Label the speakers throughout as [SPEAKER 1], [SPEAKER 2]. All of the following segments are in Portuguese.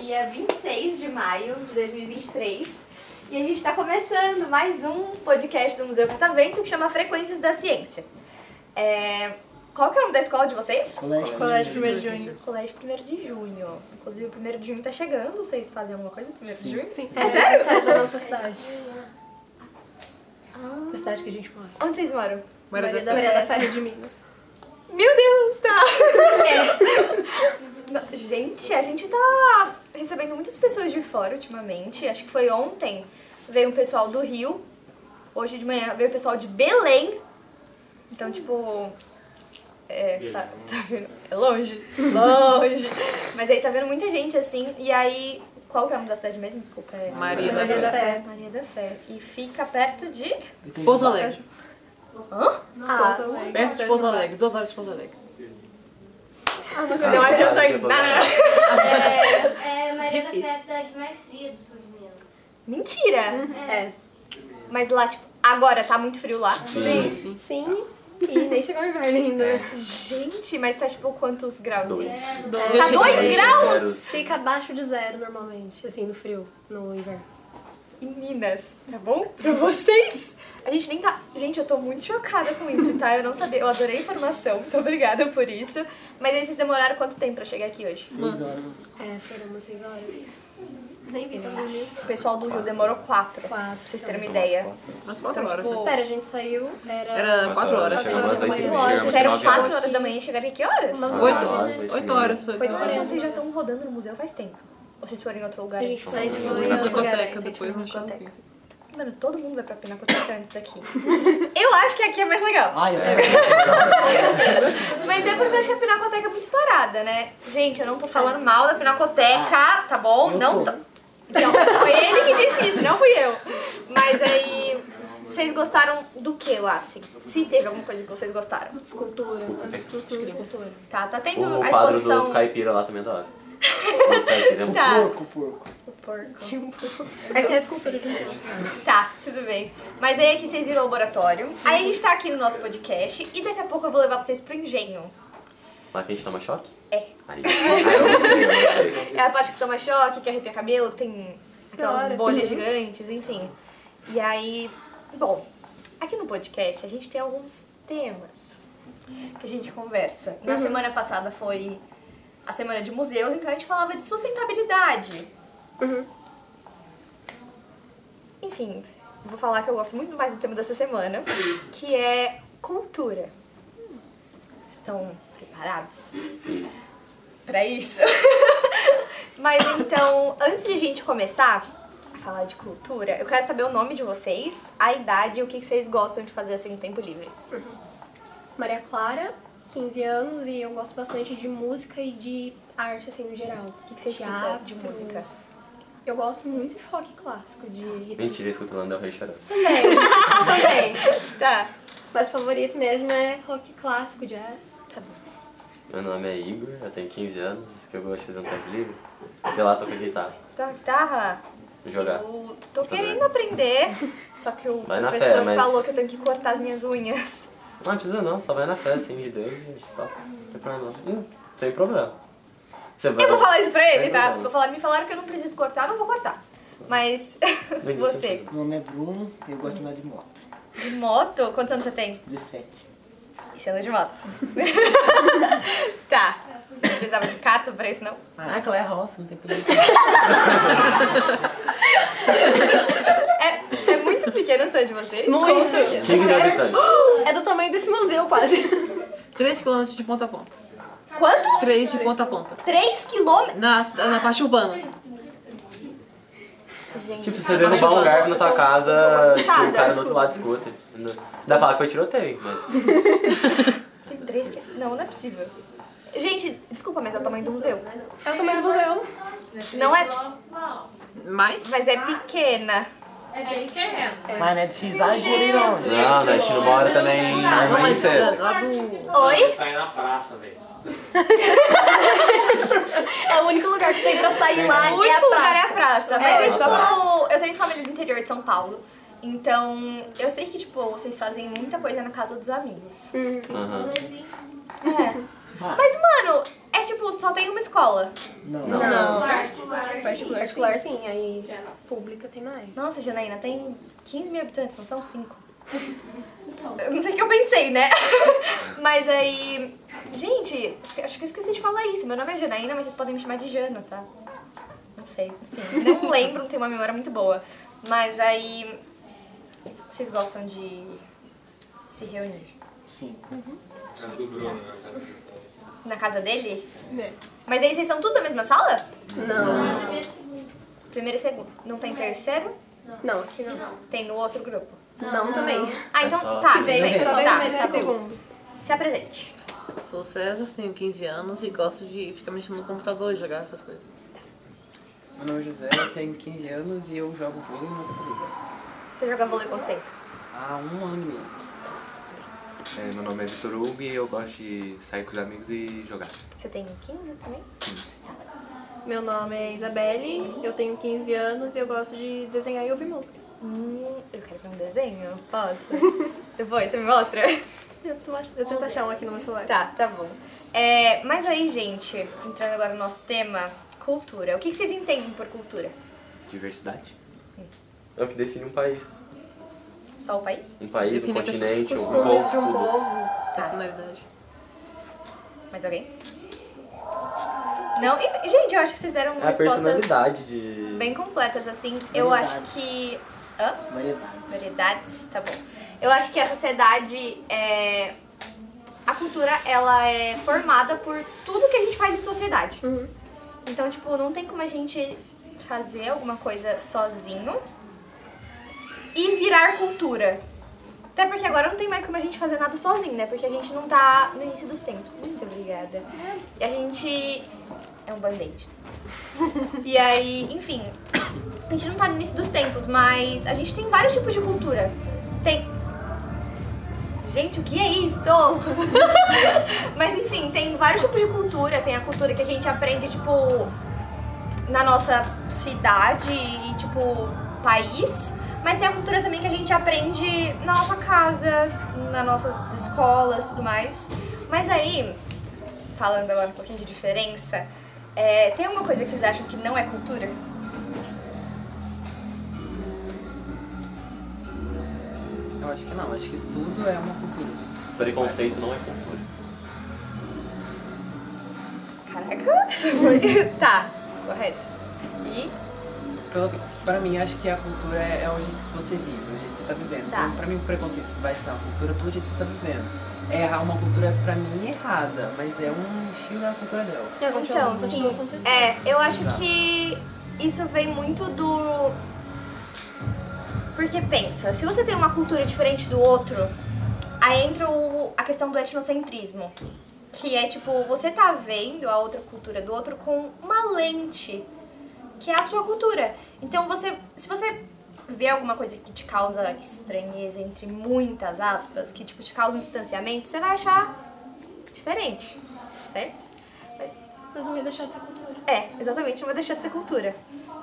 [SPEAKER 1] Dia 26 de maio de 2023. E a gente está começando mais um podcast do Museu Catavento que chama Frequências da Ciência. É, Qual que é o nome da escola de vocês?
[SPEAKER 2] Colégio
[SPEAKER 3] Colégio
[SPEAKER 2] Primeiro
[SPEAKER 3] 1
[SPEAKER 2] de
[SPEAKER 3] de
[SPEAKER 2] Junho.
[SPEAKER 3] Junho.
[SPEAKER 1] Colégio 1 de Junho. Inclusive, o 1 de junho tá chegando. Vocês fazem alguma coisa no 1 de junho? Sim. É, sério?
[SPEAKER 3] Sai da nossa cidade. Da cidade que a gente mora.
[SPEAKER 1] Onde vocês moram?
[SPEAKER 3] Maria,
[SPEAKER 1] Maria
[SPEAKER 3] da,
[SPEAKER 1] da
[SPEAKER 3] Ah. Maria da
[SPEAKER 1] Fé.
[SPEAKER 3] Fé de Minas.
[SPEAKER 1] Meu Deus, tá! É. Não, Gente, a gente tá recebendo muitas pessoas de fora ultimamente. Acho que foi ontem. Veio um pessoal do Rio. Hoje de manhã veio o pessoal de Belém. Então, tipo. É, tá, tá vendo? É longe. Longe. Mas aí tá vendo muita gente assim. E aí. Qual que é o nome da cidade mesmo? Desculpa. É
[SPEAKER 2] Maria
[SPEAKER 3] da
[SPEAKER 1] Maria da
[SPEAKER 3] Fé.
[SPEAKER 1] Fé. Maria da Fé. E fica perto de.
[SPEAKER 2] Pouso
[SPEAKER 3] Alegre.
[SPEAKER 2] Alegre.
[SPEAKER 1] Ah,
[SPEAKER 2] Perto de Pouso Alegre, duas horas de Pouso Alegre.
[SPEAKER 1] Ah, não adianta ainda.
[SPEAKER 4] É, Maria
[SPEAKER 1] Difícil.
[SPEAKER 4] da Fé é a cidade mais fria do sul de Minas.
[SPEAKER 1] Mentira! É. Mas lá, tipo, agora tá muito frio lá.
[SPEAKER 2] Sim.
[SPEAKER 3] Sim, e nem chegou o inverno ainda.
[SPEAKER 1] É. Gente, mas tá tipo quantos graus?
[SPEAKER 5] Dois.
[SPEAKER 1] assim?
[SPEAKER 2] Já
[SPEAKER 1] Tá
[SPEAKER 2] chegou.
[SPEAKER 1] dois graus?
[SPEAKER 3] Fica abaixo de zero normalmente, assim, no frio, no inverno.
[SPEAKER 1] Em Minas, tá bom? Pra vocês? A gente nem tá. Gente, eu tô muito chocada com isso, tá? Eu não sabia. Eu adorei a informação, muito obrigada por isso. Mas aí vocês demoraram quanto tempo pra chegar aqui hoje?
[SPEAKER 3] É, foram umas seis horas.
[SPEAKER 1] O pessoal do Rio demorou quatro, pra
[SPEAKER 3] Quatro.
[SPEAKER 1] vocês terem uma ideia.
[SPEAKER 2] Umas quatro
[SPEAKER 1] Então,
[SPEAKER 2] horas. né?
[SPEAKER 1] tipo,
[SPEAKER 3] Pera, a gente saiu, era...
[SPEAKER 2] Era quatro horas.
[SPEAKER 5] Chegamos às oito e meia,
[SPEAKER 1] vocês
[SPEAKER 5] chegamos às
[SPEAKER 1] saíram
[SPEAKER 5] nove
[SPEAKER 1] quatro
[SPEAKER 5] horas.
[SPEAKER 1] horas da manhã e chegaram aqui que horas?
[SPEAKER 3] Umas
[SPEAKER 2] Oito
[SPEAKER 3] Oito
[SPEAKER 2] horas.
[SPEAKER 5] horas.
[SPEAKER 2] Oito horas. oito
[SPEAKER 1] Oito horas,
[SPEAKER 2] horas.
[SPEAKER 1] então vocês já estão rodando no museu faz tempo. Ou vocês foram em outro lugar?
[SPEAKER 3] A gente foi de
[SPEAKER 5] Na
[SPEAKER 2] Na
[SPEAKER 3] manhã.
[SPEAKER 2] discoteca, depois no chão.
[SPEAKER 1] Discoteca. Mano, todo mundo vai pra Pinacoteca antes daqui. eu acho que aqui é mais legal.
[SPEAKER 2] Ai, eu também.
[SPEAKER 5] Ah.
[SPEAKER 1] Mas é porque eu acho que a Pinacoteca é muito parada, né? Gente, eu não tô falando mal da
[SPEAKER 5] Ah.
[SPEAKER 1] Pinacoteca, tá bom?
[SPEAKER 2] eu
[SPEAKER 1] não
[SPEAKER 2] tô.
[SPEAKER 1] tô. Não, foi ele que disse isso, não fui eu. Mas aí, vocês gostaram do que lá, assim? Se teve alguma coisa que vocês gostaram.
[SPEAKER 3] Escultura, escultura, escultura.
[SPEAKER 1] Tá, tá tendo
[SPEAKER 5] O
[SPEAKER 1] a
[SPEAKER 5] quadro
[SPEAKER 1] exposição...
[SPEAKER 5] dos caipiras lá também é da hora. Os caipiras é muito
[SPEAKER 1] Tá.
[SPEAKER 2] Porco, porco.
[SPEAKER 1] O porco.
[SPEAKER 3] É que é a escultura de um pouco.
[SPEAKER 1] Tá, tudo bem. Mas aí aqui vocês viram o laboratório. Aí a gente tá aqui no nosso podcast e daqui a pouco eu vou levar vocês pro engenho.
[SPEAKER 5] Lá que a gente toma choque?
[SPEAKER 1] É.
[SPEAKER 5] Aí, aí eu né? gostei, eu gostei.
[SPEAKER 1] É a parte que toma choque, que arrepia cabelo, que tem
[SPEAKER 3] Da
[SPEAKER 1] aquelas
[SPEAKER 3] hora.
[SPEAKER 1] bolhas gigantes, enfim. E aí, bom, aqui no podcast a gente tem alguns temas que a gente conversa. Na semana passada foi a semana de museus, então a gente falava de sustentabilidade. Enfim, vou falar que eu gosto muito mais do tema dessa semana, que é cultura. Estão preparados? Pra isso. Mas então, antes de a gente começar a falar de cultura, eu quero saber o nome de vocês, a idade e o que que vocês gostam de fazer assim no tempo livre.
[SPEAKER 3] Maria Clara, 15 anos, e eu gosto bastante de música e de arte, assim, no geral.
[SPEAKER 1] O que que vocês escuta
[SPEAKER 3] Teatro.
[SPEAKER 1] de música?
[SPEAKER 3] Eu gosto muito de rock clássico, de...
[SPEAKER 5] Mentira, escuta o Lando Rei chorando.
[SPEAKER 3] Também, também.
[SPEAKER 1] Tá.
[SPEAKER 3] Mas favorito mesmo é rock clássico, jazz.
[SPEAKER 1] Tá bom.
[SPEAKER 5] Meu nome é Igor, eu tenho 15 anos, que eu gosto de fazer um tempo livre. Sei lá, toca guitarra,
[SPEAKER 1] Tá, guitarra?
[SPEAKER 5] jogar.
[SPEAKER 1] Eu tô
[SPEAKER 5] Tudo
[SPEAKER 1] querendo
[SPEAKER 5] bem.
[SPEAKER 1] aprender, só que o
[SPEAKER 5] Vai na fé,
[SPEAKER 1] professor
[SPEAKER 5] mas-
[SPEAKER 1] falou que eu tenho que cortar as minhas unhas.
[SPEAKER 5] Não precisa não, só vai na fé, assim, de Deus e tal. Não tem problema não. Hum, sem problema. Você vai...
[SPEAKER 1] Eu vou falar isso pra ele,
[SPEAKER 5] Sem
[SPEAKER 1] tá?
[SPEAKER 5] problema.
[SPEAKER 1] Vou falar, me falaram que eu não preciso cortar, não vou cortar. Mas
[SPEAKER 5] Ninguém sempre
[SPEAKER 1] você,
[SPEAKER 5] faz.
[SPEAKER 2] Meu nome é Bruno, eu gosto de andar de moto.
[SPEAKER 1] de moto, quantos anos você tem?
[SPEAKER 2] 17.
[SPEAKER 1] E você anda de moto. tá. Você não precisava de carta pra isso, não?
[SPEAKER 6] Ah, aquela é a roça, não tem polícia.
[SPEAKER 1] É, é muito pequena a cidade de vocês?
[SPEAKER 3] Muito!
[SPEAKER 5] 15 mil habitantes.
[SPEAKER 3] É do tamanho desse museu, quase.
[SPEAKER 6] 3 km de ponta a ponta.
[SPEAKER 1] Quantos?
[SPEAKER 6] 3 de ponta a ponta.
[SPEAKER 1] 3 quilômetros?
[SPEAKER 6] Na, cida- na parte urbana.
[SPEAKER 5] Tipo, se você derrubar um garfo na sua casa, tipo, o cara do outro lado escuta. Não- Dá pra falar que foi tiroteio, mas...
[SPEAKER 1] Tem 3 quilômetros? Não, não é possível. Gente, desculpa, mas é o tamanho do museu.
[SPEAKER 3] É o tamanho do museu.
[SPEAKER 1] Não é...
[SPEAKER 6] Mas
[SPEAKER 1] Mas é pequena.
[SPEAKER 2] Mas não é de se exagero, não.
[SPEAKER 5] Não, né, a gente não mora também em Princesa.
[SPEAKER 6] lá do.
[SPEAKER 1] Oi?
[SPEAKER 7] Sai na praça, velho.
[SPEAKER 3] É o único lugar que tem pra sair lá.
[SPEAKER 1] O único lugar é a praça. Mas,
[SPEAKER 3] É,
[SPEAKER 1] é, tipo,
[SPEAKER 5] a praça.
[SPEAKER 1] eu tenho família do interior de São Paulo. Então, eu sei que, tipo, vocês fazem muita coisa na casa dos amigos.
[SPEAKER 5] Aham.
[SPEAKER 1] É. Mas, mano, é tipo, só tem uma escola.
[SPEAKER 2] Não.
[SPEAKER 5] Não.
[SPEAKER 1] Não.
[SPEAKER 4] então, Particular.
[SPEAKER 3] Particular,
[SPEAKER 4] sim.
[SPEAKER 3] particular sim, aí pública tem mais.
[SPEAKER 1] Nossa, Janaína, tem 15 mil habitantes, não são 5. Eu não sei o que eu pensei, né? mas aí. Gente, esque- acho que eu esqueci de falar isso. Meu nome é Janaína, mas vocês podem me chamar de Jana, tá? Não sei, enfim. Não lembro, não tenho uma memória muito boa. Mas aí. Vocês gostam de se reunir?
[SPEAKER 2] Sim.
[SPEAKER 1] Na casa dele?
[SPEAKER 3] Né?
[SPEAKER 1] Mas aí vocês são tudo da mesma sala?
[SPEAKER 3] Não.
[SPEAKER 4] Primeiro e segundo.
[SPEAKER 1] Primeiro e segundo. Não tem terceiro?
[SPEAKER 3] Não, aqui não. Não,
[SPEAKER 1] Tem no outro grupo.
[SPEAKER 3] também.
[SPEAKER 1] Ah,
[SPEAKER 5] É
[SPEAKER 1] então
[SPEAKER 5] só
[SPEAKER 1] tá, tudo
[SPEAKER 5] primeiro
[SPEAKER 1] bem,
[SPEAKER 2] e
[SPEAKER 1] então
[SPEAKER 3] Só vem
[SPEAKER 1] tá,
[SPEAKER 3] no meio
[SPEAKER 1] tá
[SPEAKER 3] do
[SPEAKER 1] bom.
[SPEAKER 3] segundo.
[SPEAKER 1] Se apresente.
[SPEAKER 6] Sou César, tenho 15 anos e gosto de ficar mexendo no computador e jogar essas coisas.
[SPEAKER 2] Meu nome é José, eu tenho 15 anos e eu jogo vôlei no Matacoruba.
[SPEAKER 1] Você joga vôlei quanto tempo?
[SPEAKER 2] Há um ano e meio.
[SPEAKER 5] É, meu nome é Vitor Hugo e eu gosto de sair com os amigos e jogar.
[SPEAKER 1] Você tem 15 também?
[SPEAKER 3] Meu nome é Isabelle, eu tenho 15 anos e eu gosto de desenhar e ouvir música.
[SPEAKER 1] Hum, eu quero ver um desenho. Posso? Depois você me mostra?
[SPEAKER 3] Eu, tô ach- eu tento achar um aqui no meu celular.
[SPEAKER 1] Tá, tá bom. É, mas aí, gente, entrando agora no nosso tema, cultura. O que que vocês entendem por cultura?
[SPEAKER 5] Diversidade? É o que define um país.
[SPEAKER 1] Só o país?
[SPEAKER 5] Um país,
[SPEAKER 6] Define
[SPEAKER 5] um
[SPEAKER 6] pessoas,
[SPEAKER 5] continente, um
[SPEAKER 3] Costumes
[SPEAKER 5] povo,
[SPEAKER 3] de um
[SPEAKER 5] tudo.
[SPEAKER 3] povo.
[SPEAKER 6] Personalidade.
[SPEAKER 1] Mais alguém? Não? Enfim, gente, eu acho que vocês deram
[SPEAKER 5] É a
[SPEAKER 1] respostas
[SPEAKER 5] personalidade de...
[SPEAKER 1] bem completas, assim. Eu
[SPEAKER 2] Variedades.
[SPEAKER 1] acho que... Hã?
[SPEAKER 2] Variedades.
[SPEAKER 1] Variedades, tá bom. Eu acho que a sociedade é. A cultura, ela é formada por tudo que a gente faz em sociedade. Então, tipo, não tem como a gente fazer alguma coisa sozinho e virar cultura. Até porque agora não tem mais como a gente fazer nada sozinho, né? Porque a gente não tá no início dos tempos. Muito obrigada. E a gente. É um band-aid. e aí, enfim, a gente não tá no início dos tempos, mas a gente tem vários tipos de cultura. Tem. Gente, o que é isso? mas enfim, tem vários tipos de cultura. Tem a cultura que a gente aprende, tipo, na nossa cidade e, tipo, país. Mas tem a cultura também que a gente aprende na nossa casa, nas nossas escolas e tudo mais. Mas aí, falando agora um pouquinho de diferença, é, tem alguma coisa que vocês acham que não é cultura?
[SPEAKER 2] Eu acho que não, acho que tudo é uma cultura.
[SPEAKER 5] Preconceito não é cultura.
[SPEAKER 1] Caraca, você foi. tá, correto. E
[SPEAKER 2] Pelo, que- pra mim, acho que a cultura é, é o jeito que você vive, o jeito que você tá vivendo.
[SPEAKER 1] Tá.
[SPEAKER 2] Então, pra mim, o preconceito vai ser uma cultura pelo jeito que você tá vivendo. É errar uma cultura, pra mim, errada, mas é um estilo da cultura dela.
[SPEAKER 3] E continua-
[SPEAKER 1] Então,
[SPEAKER 3] continua
[SPEAKER 1] sim.
[SPEAKER 3] acontecendo.
[SPEAKER 1] é, eu acho que isso vem muito do. Porque pensa, se você tem uma cultura diferente do outro, aí entra o- a questão do etnocentrismo. Que é tipo, você tá vendo a outra cultura do outro com uma lente, que é a sua cultura. Então você. Se você vê alguma coisa que te causa estranheza, entre muitas aspas, que tipo, te causa um distanciamento, você vai achar diferente, certo?
[SPEAKER 3] Mas não ia deixar de ser cultura.
[SPEAKER 1] É, exatamente, não vai deixar de ser cultura.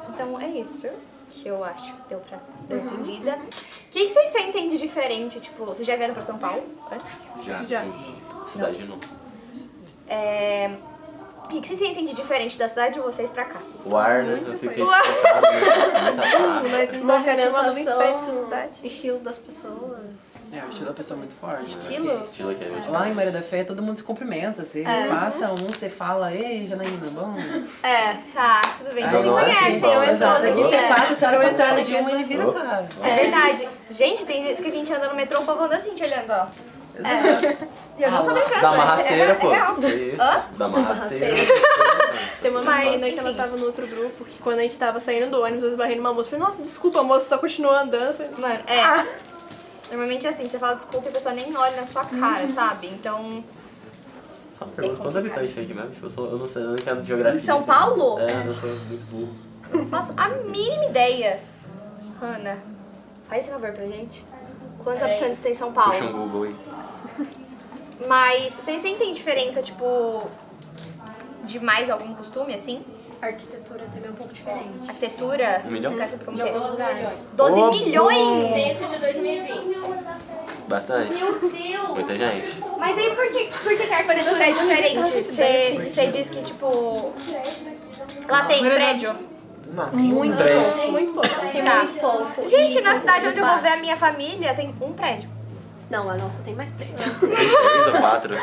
[SPEAKER 1] Então é isso que eu acho que deu pra dar entendida. O que que vocês sentem de diferente? Tipo, vocês já vieram pra São Paulo antes?
[SPEAKER 5] Já.
[SPEAKER 6] Já.
[SPEAKER 5] Cidade não.
[SPEAKER 1] É... O que que vocês sentem de diferente da cidade de vocês pra cá?
[SPEAKER 5] O ar, né? Eu fiquei desfocado, né? Nossa, muita
[SPEAKER 3] Movimentação, estilo das pessoas.
[SPEAKER 2] É, o estilo da pessoa é muito forte.
[SPEAKER 1] Estilo?
[SPEAKER 2] porque-
[SPEAKER 5] Estilo aqui é muito
[SPEAKER 2] Lá em Maria da Fé, todo mundo se cumprimenta. Você passa um, você fala, ei, Janaína, bom?
[SPEAKER 1] É, tá, tudo bem.
[SPEAKER 2] Ah,
[SPEAKER 1] Vocês
[SPEAKER 2] não,
[SPEAKER 1] me
[SPEAKER 2] é assim,
[SPEAKER 1] conhecem,
[SPEAKER 5] bom,
[SPEAKER 1] eu
[SPEAKER 5] né?
[SPEAKER 1] entro
[SPEAKER 5] Exato,
[SPEAKER 1] todo
[SPEAKER 5] é bom.
[SPEAKER 2] Você
[SPEAKER 1] dia.
[SPEAKER 2] passa, você olha uma entrada de um, ele vira o
[SPEAKER 5] Opa.
[SPEAKER 2] cara.
[SPEAKER 1] É verdade. Gente, tem vezes que a gente anda no metrô, o povo anda assim, te olhando, ó. É. Eu não tô brincando.
[SPEAKER 5] Dá uma
[SPEAKER 1] mas é-
[SPEAKER 5] rasteira,
[SPEAKER 1] é-
[SPEAKER 5] pô.
[SPEAKER 1] É real.
[SPEAKER 5] Que isso?
[SPEAKER 1] Hã?
[SPEAKER 5] Dá uma rasteira.
[SPEAKER 7] Tem uma
[SPEAKER 1] Mas,
[SPEAKER 7] menina que ela
[SPEAKER 1] enfim.
[SPEAKER 7] tava no outro grupo, que quando a gente tava saindo do ônibus, eu esbarrei numa moça. Falei, nossa, desculpa, moça, só continuou andando. Eu Falei,
[SPEAKER 1] Mano, é. Normalmente é assim, você fala desculpa e a pessoa nem olha na sua cara, sabe? Então,
[SPEAKER 5] Só uma pergunta, quantos habitantes tem aqui mesmo? Tipo, eu, sou, eu não sei, eu não entendo de geografia.
[SPEAKER 1] Em São
[SPEAKER 5] assim.
[SPEAKER 1] Paulo?
[SPEAKER 5] É, eu sou muito burro.
[SPEAKER 1] não faço a mínima ideia. Hanna, faz esse favor pra gente. Quantos habitantes tem São
[SPEAKER 5] Puxa um
[SPEAKER 1] Paulo?
[SPEAKER 5] Google aí.
[SPEAKER 1] Mas vocês sentem diferença, tipo, de mais algum costume, assim?
[SPEAKER 3] A arquitetura também é um pouco diferente.
[SPEAKER 1] Arquitetura?
[SPEAKER 5] Um milhão?
[SPEAKER 1] Não quero saber como que
[SPEAKER 4] Em
[SPEAKER 1] é.
[SPEAKER 4] alguns lugares.
[SPEAKER 1] 12
[SPEAKER 5] Ô,
[SPEAKER 1] milhões!
[SPEAKER 8] Censo de 2020.
[SPEAKER 5] Bastante.
[SPEAKER 4] Meu Deus!
[SPEAKER 5] Muita gente.
[SPEAKER 1] Mas aí por que, por que que a arquitetura é diferente? Você- Você diz que, tipo. Lá tem prédio.
[SPEAKER 2] Não, tem
[SPEAKER 5] Um três.
[SPEAKER 3] Muito pouco. Tem
[SPEAKER 1] Tá.
[SPEAKER 3] muito pouco.
[SPEAKER 1] Gente,
[SPEAKER 3] E
[SPEAKER 1] na
[SPEAKER 3] são
[SPEAKER 1] cidade onde eu vou
[SPEAKER 3] baixos.
[SPEAKER 1] ver a minha família tem um prédio.
[SPEAKER 3] Não, a nossa tem mais preto.
[SPEAKER 5] Três ou quatro.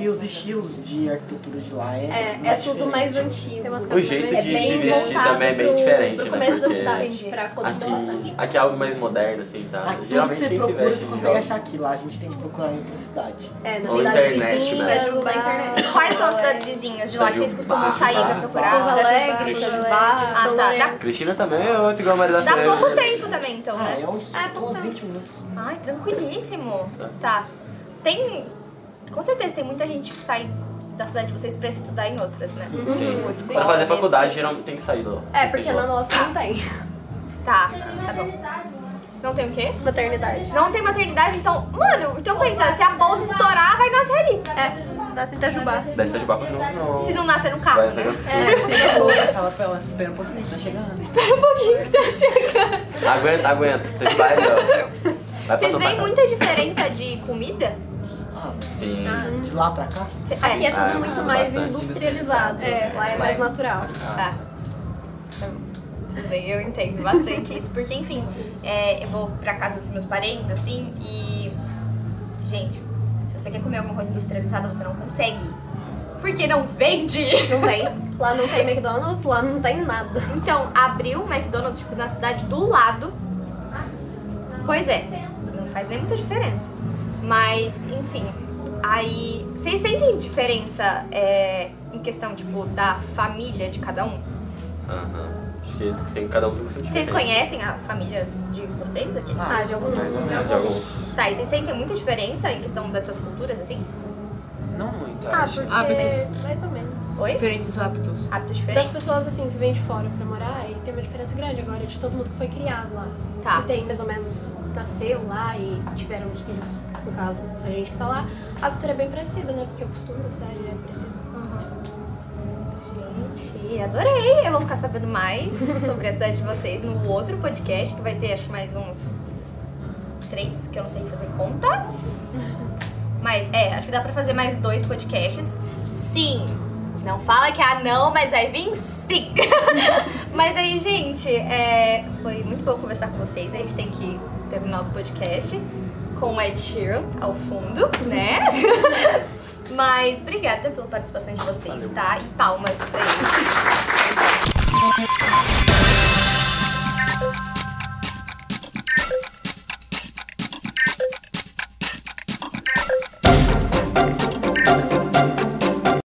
[SPEAKER 2] E os estilos de arquitetura de lá é.
[SPEAKER 3] É, é tudo mais
[SPEAKER 2] diferente. né?
[SPEAKER 3] antigo.
[SPEAKER 7] Tem umas
[SPEAKER 5] O jeito
[SPEAKER 3] É
[SPEAKER 5] de se
[SPEAKER 3] bem
[SPEAKER 5] vestir
[SPEAKER 3] voltado
[SPEAKER 5] também é bem
[SPEAKER 3] pro-
[SPEAKER 5] diferente,
[SPEAKER 3] pro
[SPEAKER 5] né?
[SPEAKER 3] começo da
[SPEAKER 5] Porque
[SPEAKER 3] cidade, pra quando da
[SPEAKER 5] aqui,
[SPEAKER 3] cidade.
[SPEAKER 5] aqui é algo mais moderno, assim, tá?
[SPEAKER 2] Ah, tudo que
[SPEAKER 5] Geralmente
[SPEAKER 2] você
[SPEAKER 5] quem se
[SPEAKER 2] procura,
[SPEAKER 5] veste
[SPEAKER 2] você
[SPEAKER 5] de
[SPEAKER 2] consegue
[SPEAKER 5] jovem.
[SPEAKER 2] achar aqui. Lá a gente tem que procurar em outra cidade.
[SPEAKER 3] É, nas
[SPEAKER 5] Ou
[SPEAKER 3] cidades
[SPEAKER 5] internet, né?
[SPEAKER 3] vizinhas, ou pela internet.
[SPEAKER 1] Quais são as
[SPEAKER 3] Ah,
[SPEAKER 1] cidades vizinhas de lá que
[SPEAKER 5] um
[SPEAKER 1] vocês costumam sair pra
[SPEAKER 3] Pouso
[SPEAKER 1] procurar? tá.
[SPEAKER 3] Alegre,
[SPEAKER 7] Pouso
[SPEAKER 3] Jujubá.
[SPEAKER 1] Ah, tá. Dá,
[SPEAKER 5] Cristina também é outra igual a Maria da né?
[SPEAKER 1] dá
[SPEAKER 5] Fernanda.
[SPEAKER 1] pouco tempo também, então,
[SPEAKER 2] Ah, é
[SPEAKER 1] né?
[SPEAKER 2] uns,
[SPEAKER 3] É, pouco
[SPEAKER 2] uns
[SPEAKER 3] tempo.
[SPEAKER 2] 20 minutos.
[SPEAKER 1] Ai, tranquilíssimo. Tá. Tem. Com certeza tem muita gente que sai da cidade de vocês pra estudar em outras, né? Tipo,
[SPEAKER 5] Sim.
[SPEAKER 1] escola
[SPEAKER 5] Pra fazer
[SPEAKER 1] mesmo.
[SPEAKER 5] faculdade, geralmente tem que sair do
[SPEAKER 3] É, porque na nossa não tem.
[SPEAKER 1] Tá,
[SPEAKER 4] Tem
[SPEAKER 1] tá bom.
[SPEAKER 4] maternidade, mano.
[SPEAKER 1] Não tem o quê?
[SPEAKER 3] Maternidade.
[SPEAKER 1] Não tem maternidade, então. Mano, então pensa, se a bolsa estourar, vai nascer ali. É,
[SPEAKER 7] Nasce em Itajubá.
[SPEAKER 5] Dessa de papo não.
[SPEAKER 1] Se
[SPEAKER 5] não.
[SPEAKER 1] não nascer no carro,
[SPEAKER 5] Vai
[SPEAKER 1] né?
[SPEAKER 5] ver os-
[SPEAKER 2] É Fala pra ela, espera um pouquinho, tá chegando.
[SPEAKER 1] Espera um pouquinho que tá chegando.
[SPEAKER 5] Aguenta, aguenta. Tá de baile, ó. Vai
[SPEAKER 1] Vocês
[SPEAKER 5] passar pra
[SPEAKER 1] veem
[SPEAKER 5] casa.
[SPEAKER 1] muita diferença de comida?
[SPEAKER 2] Ah,
[SPEAKER 5] Sim.
[SPEAKER 2] de lá pra cá?
[SPEAKER 1] Cê-
[SPEAKER 3] Aqui é
[SPEAKER 1] é.
[SPEAKER 3] tudo
[SPEAKER 5] Ah,
[SPEAKER 3] muito mais
[SPEAKER 5] bastante
[SPEAKER 3] industrializado.
[SPEAKER 7] É,
[SPEAKER 3] Lá é mais natural.
[SPEAKER 1] Tá. Tudo bem, eu entendo bastante isso, porque enfim, é, eu vou pra casa dos meus parentes, assim, e. Gente, se você quer comer alguma coisa industrializada, você não consegue. Porque não vende!
[SPEAKER 3] Não tem. Lá não tem McDonald's, lá não tem nada.
[SPEAKER 1] Então, abriu o McDonald's, tipo, na cidade do lado. Pois é, não faz nem muita diferença. Mas, enfim. Aí, vocês sentem diferença é, em questão, tipo, da família de cada um?
[SPEAKER 5] Aham. Acho que tem cada um tem que se
[SPEAKER 1] Vocês conhecem a família de vocês aqui?
[SPEAKER 3] Ah, de algum
[SPEAKER 5] Mais ou menos, de alguns.
[SPEAKER 1] Tá, e vocês sentem muita diferença em questão dessas culturas, assim?
[SPEAKER 2] Não muito,
[SPEAKER 3] Ah,
[SPEAKER 2] acho.
[SPEAKER 3] porque...
[SPEAKER 6] Hábitos.
[SPEAKER 3] Mais ou menos.
[SPEAKER 1] Oi?
[SPEAKER 6] Diferentes hábitos.
[SPEAKER 1] Hábitos
[SPEAKER 3] Das
[SPEAKER 1] diferentes?
[SPEAKER 3] pessoas, assim, que vêm de fora pra morar, e tem uma diferença grande agora de todo mundo que foi criado lá.
[SPEAKER 1] Tá.
[SPEAKER 3] Que tem, mais ou menos, nasceu lá e tiveram os filhos, no caso, a gente que tá lá. A cultura é bem parecida, né? Porque o costume da cidade é parecido.
[SPEAKER 1] Gente, adorei! Eu vou ficar sabendo mais sobre a cidade de vocês no outro podcast, que vai ter acho que mais uns três, que eu não sei fazer conta. Mas é, acho que dá pra fazer mais dois podcasts. Sim! Não fala que ah não, mas aí vem sim! mas aí, gente, é, foi muito bom conversar com vocês. A gente tem que terminar nosso podcast com o Ed Sheeran ao fundo, né? Mas obrigada pela participação de vocês, tá? E palmas pra eles.